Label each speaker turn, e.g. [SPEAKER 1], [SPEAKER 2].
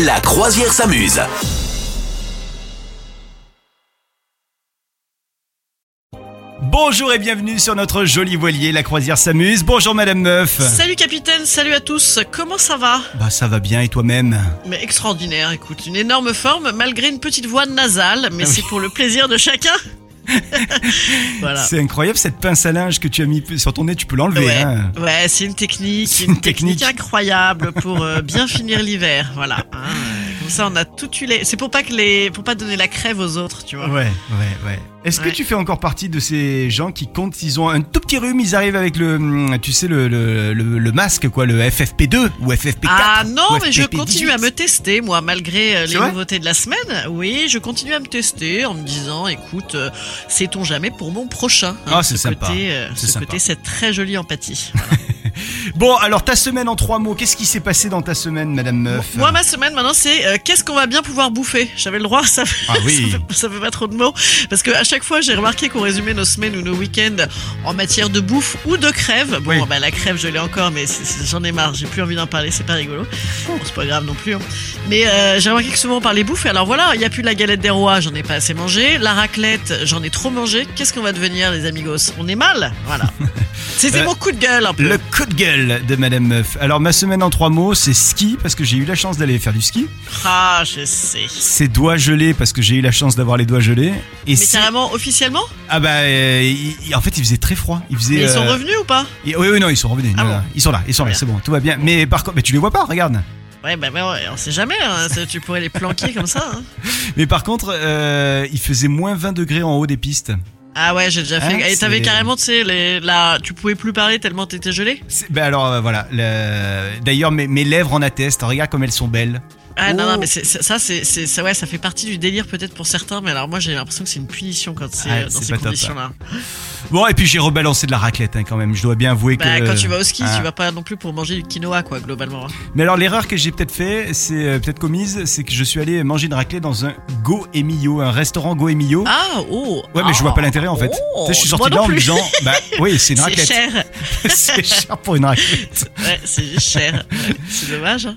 [SPEAKER 1] La croisière s'amuse.
[SPEAKER 2] Bonjour et bienvenue sur notre joli voilier, la croisière s'amuse. Bonjour Madame Meuf.
[SPEAKER 3] Salut capitaine, salut à tous, comment ça va
[SPEAKER 2] Bah ça va bien et toi-même
[SPEAKER 3] Mais extraordinaire, écoute, une énorme forme malgré une petite voix nasale, mais
[SPEAKER 2] Ah oui.
[SPEAKER 3] c'est pour le plaisir de chacun. voilà.
[SPEAKER 2] C'est incroyable cette pince à linge que tu as mis sur ton nez, tu peux l'enlever.
[SPEAKER 3] Ouais,
[SPEAKER 2] hein.
[SPEAKER 3] ouais, c'est une technique,
[SPEAKER 2] C'est
[SPEAKER 3] une,
[SPEAKER 2] une technique.
[SPEAKER 3] technique. incroyable pour euh, bien finir l'hiver, voilà. hein, euh, Comme ça, on a tout tué. C'est pour pas que les, pour pas donner la crève aux autres, tu vois.
[SPEAKER 2] Ouais, ouais, ouais. Est-ce que
[SPEAKER 3] Ouais.
[SPEAKER 2] tu fais encore partie de ces gens qui comptent, ils ont un tout petit rhume, ils arrivent avec le, hum, tu sais, le, le, le- le masque, quoi, le FFP2 ou FFP4
[SPEAKER 3] Ah non,
[SPEAKER 2] ou
[SPEAKER 3] mais je
[SPEAKER 2] FFP18.
[SPEAKER 3] continue à me tester, moi, malgré euh,
[SPEAKER 2] C'est
[SPEAKER 3] les
[SPEAKER 2] vrai
[SPEAKER 3] nouveautés de la semaine. Oui, je continue à me tester en me disant, écoute, euh, sait-on jamais pour mon prochain hein,
[SPEAKER 2] Ah, c'est
[SPEAKER 3] ce
[SPEAKER 2] sympa.
[SPEAKER 3] Côté, euh,
[SPEAKER 2] C'est
[SPEAKER 3] ce
[SPEAKER 2] sympa.
[SPEAKER 3] côté, cette très jolie empathie.
[SPEAKER 2] Bon, alors ta semaine en trois mots, qu'est-ce qui s'est passé dans ta semaine, Madame Meuf
[SPEAKER 3] Moi, ma semaine maintenant, c'est euh, qu'est-ce qu'on va bien pouvoir bouffer. J'avais le droit, ça, fait-
[SPEAKER 2] Ah oui.
[SPEAKER 3] ça, fait, ça fait pas trop de mots, parce que à chaque fois, j'ai remarqué qu'on résumait nos semaines ou nos week-ends en matière de bouffe ou de crève. Bon,
[SPEAKER 2] Oui.
[SPEAKER 3] bah la crève, je l'ai encore, mais c'est- c'est- j'en ai marre, j'ai plus envie d'en parler, c'est pas rigolo.
[SPEAKER 2] Oh.
[SPEAKER 3] Bon, c'est pas grave non plus. hein. Mais euh, j'ai remarqué que souvent on parlait bouffe. Et alors voilà, il y a plus la galette des rois, j'en ai pas assez mangé. La raclette, j'en ai trop mangé. Qu'est-ce qu'on va devenir, les amigos On est mal, voilà. C'était
[SPEAKER 2] Euh,
[SPEAKER 3] mon coup de gueule un peu.
[SPEAKER 2] Le coup de gueule de Madame Meuf. Alors ma semaine en trois mots, c'est ski parce que j'ai eu la chance d'aller faire du ski.
[SPEAKER 3] Ah, je sais.
[SPEAKER 2] Ses doigts gelés parce que j'ai eu la chance d'avoir les doigts gelés. Et
[SPEAKER 3] Mais
[SPEAKER 2] si-
[SPEAKER 3] carrément, officiellement
[SPEAKER 2] ah bah euh, il- il- en fait il faisait très froid. Il faisait.
[SPEAKER 3] Mais Ils sont
[SPEAKER 2] euh,
[SPEAKER 3] revenus ou pas
[SPEAKER 2] il- oui oui non ils sont revenus.
[SPEAKER 3] Ah
[SPEAKER 2] Non,
[SPEAKER 3] bon.
[SPEAKER 2] non, Ils sont là ils sont là
[SPEAKER 3] Bien.
[SPEAKER 2] c'est bon tout va bien. Mais par contre mais tu les vois pas regarde.
[SPEAKER 3] Ouais, bah, bah, ouais, on sait jamais, hein, ça, tu pourrais les planquer comme ça. hein.
[SPEAKER 2] Mais par contre euh, il faisait moins 20 degrés en haut des pistes.
[SPEAKER 3] Ah ouais, j'ai déjà
[SPEAKER 2] Ah,
[SPEAKER 3] fait. et t'avais
[SPEAKER 2] c'est-
[SPEAKER 3] carrément, tu sais, les, la... tu pouvais plus parler tellement t'étais gelé.
[SPEAKER 2] C'est- Ben alors euh, voilà. le- D'ailleurs mes, mes lèvres en attestent. Regarde comme elles sont belles.
[SPEAKER 3] Ah non,
[SPEAKER 2] Oh.
[SPEAKER 3] non, mais c'est- c'est- ça, c'est, c'est- ça, ouais, ça fait partie du délire peut-être pour certains, mais alors moi j'ai l'impression que c'est une punition quand c'est
[SPEAKER 2] Ah,
[SPEAKER 3] euh, dans
[SPEAKER 2] c'est
[SPEAKER 3] ces
[SPEAKER 2] pas top,
[SPEAKER 3] conditions-là.
[SPEAKER 2] Bon et puis j'ai rebalancé de la raclette hein, quand même. Je dois bien avouer
[SPEAKER 3] Bah,
[SPEAKER 2] que.
[SPEAKER 3] quand tu vas au ski,
[SPEAKER 2] ah.
[SPEAKER 3] tu vas pas non plus pour manger du quinoa, quoi, globalement. hein.
[SPEAKER 2] Mais alors l'erreur que j'ai peut-être fait, c'est euh, peut-être commise, c'est que je suis allé manger une raclette dans un Go Emilio, un restaurant Go Emilio.
[SPEAKER 3] Ah, oh
[SPEAKER 2] Ouais, mais je vois pas
[SPEAKER 3] ah,
[SPEAKER 2] l'intérêt en fait.
[SPEAKER 3] oh,
[SPEAKER 2] Tu sais, je suis sorti
[SPEAKER 3] moi
[SPEAKER 2] de
[SPEAKER 3] non
[SPEAKER 2] là en me
[SPEAKER 3] plus.
[SPEAKER 2] disant, bah oui, c'est une
[SPEAKER 3] C'est
[SPEAKER 2] raclette.
[SPEAKER 3] cher.
[SPEAKER 2] c'est cher pour une raclette.
[SPEAKER 3] Ouais, c'est cher. Ouais, c'est dommage. hein.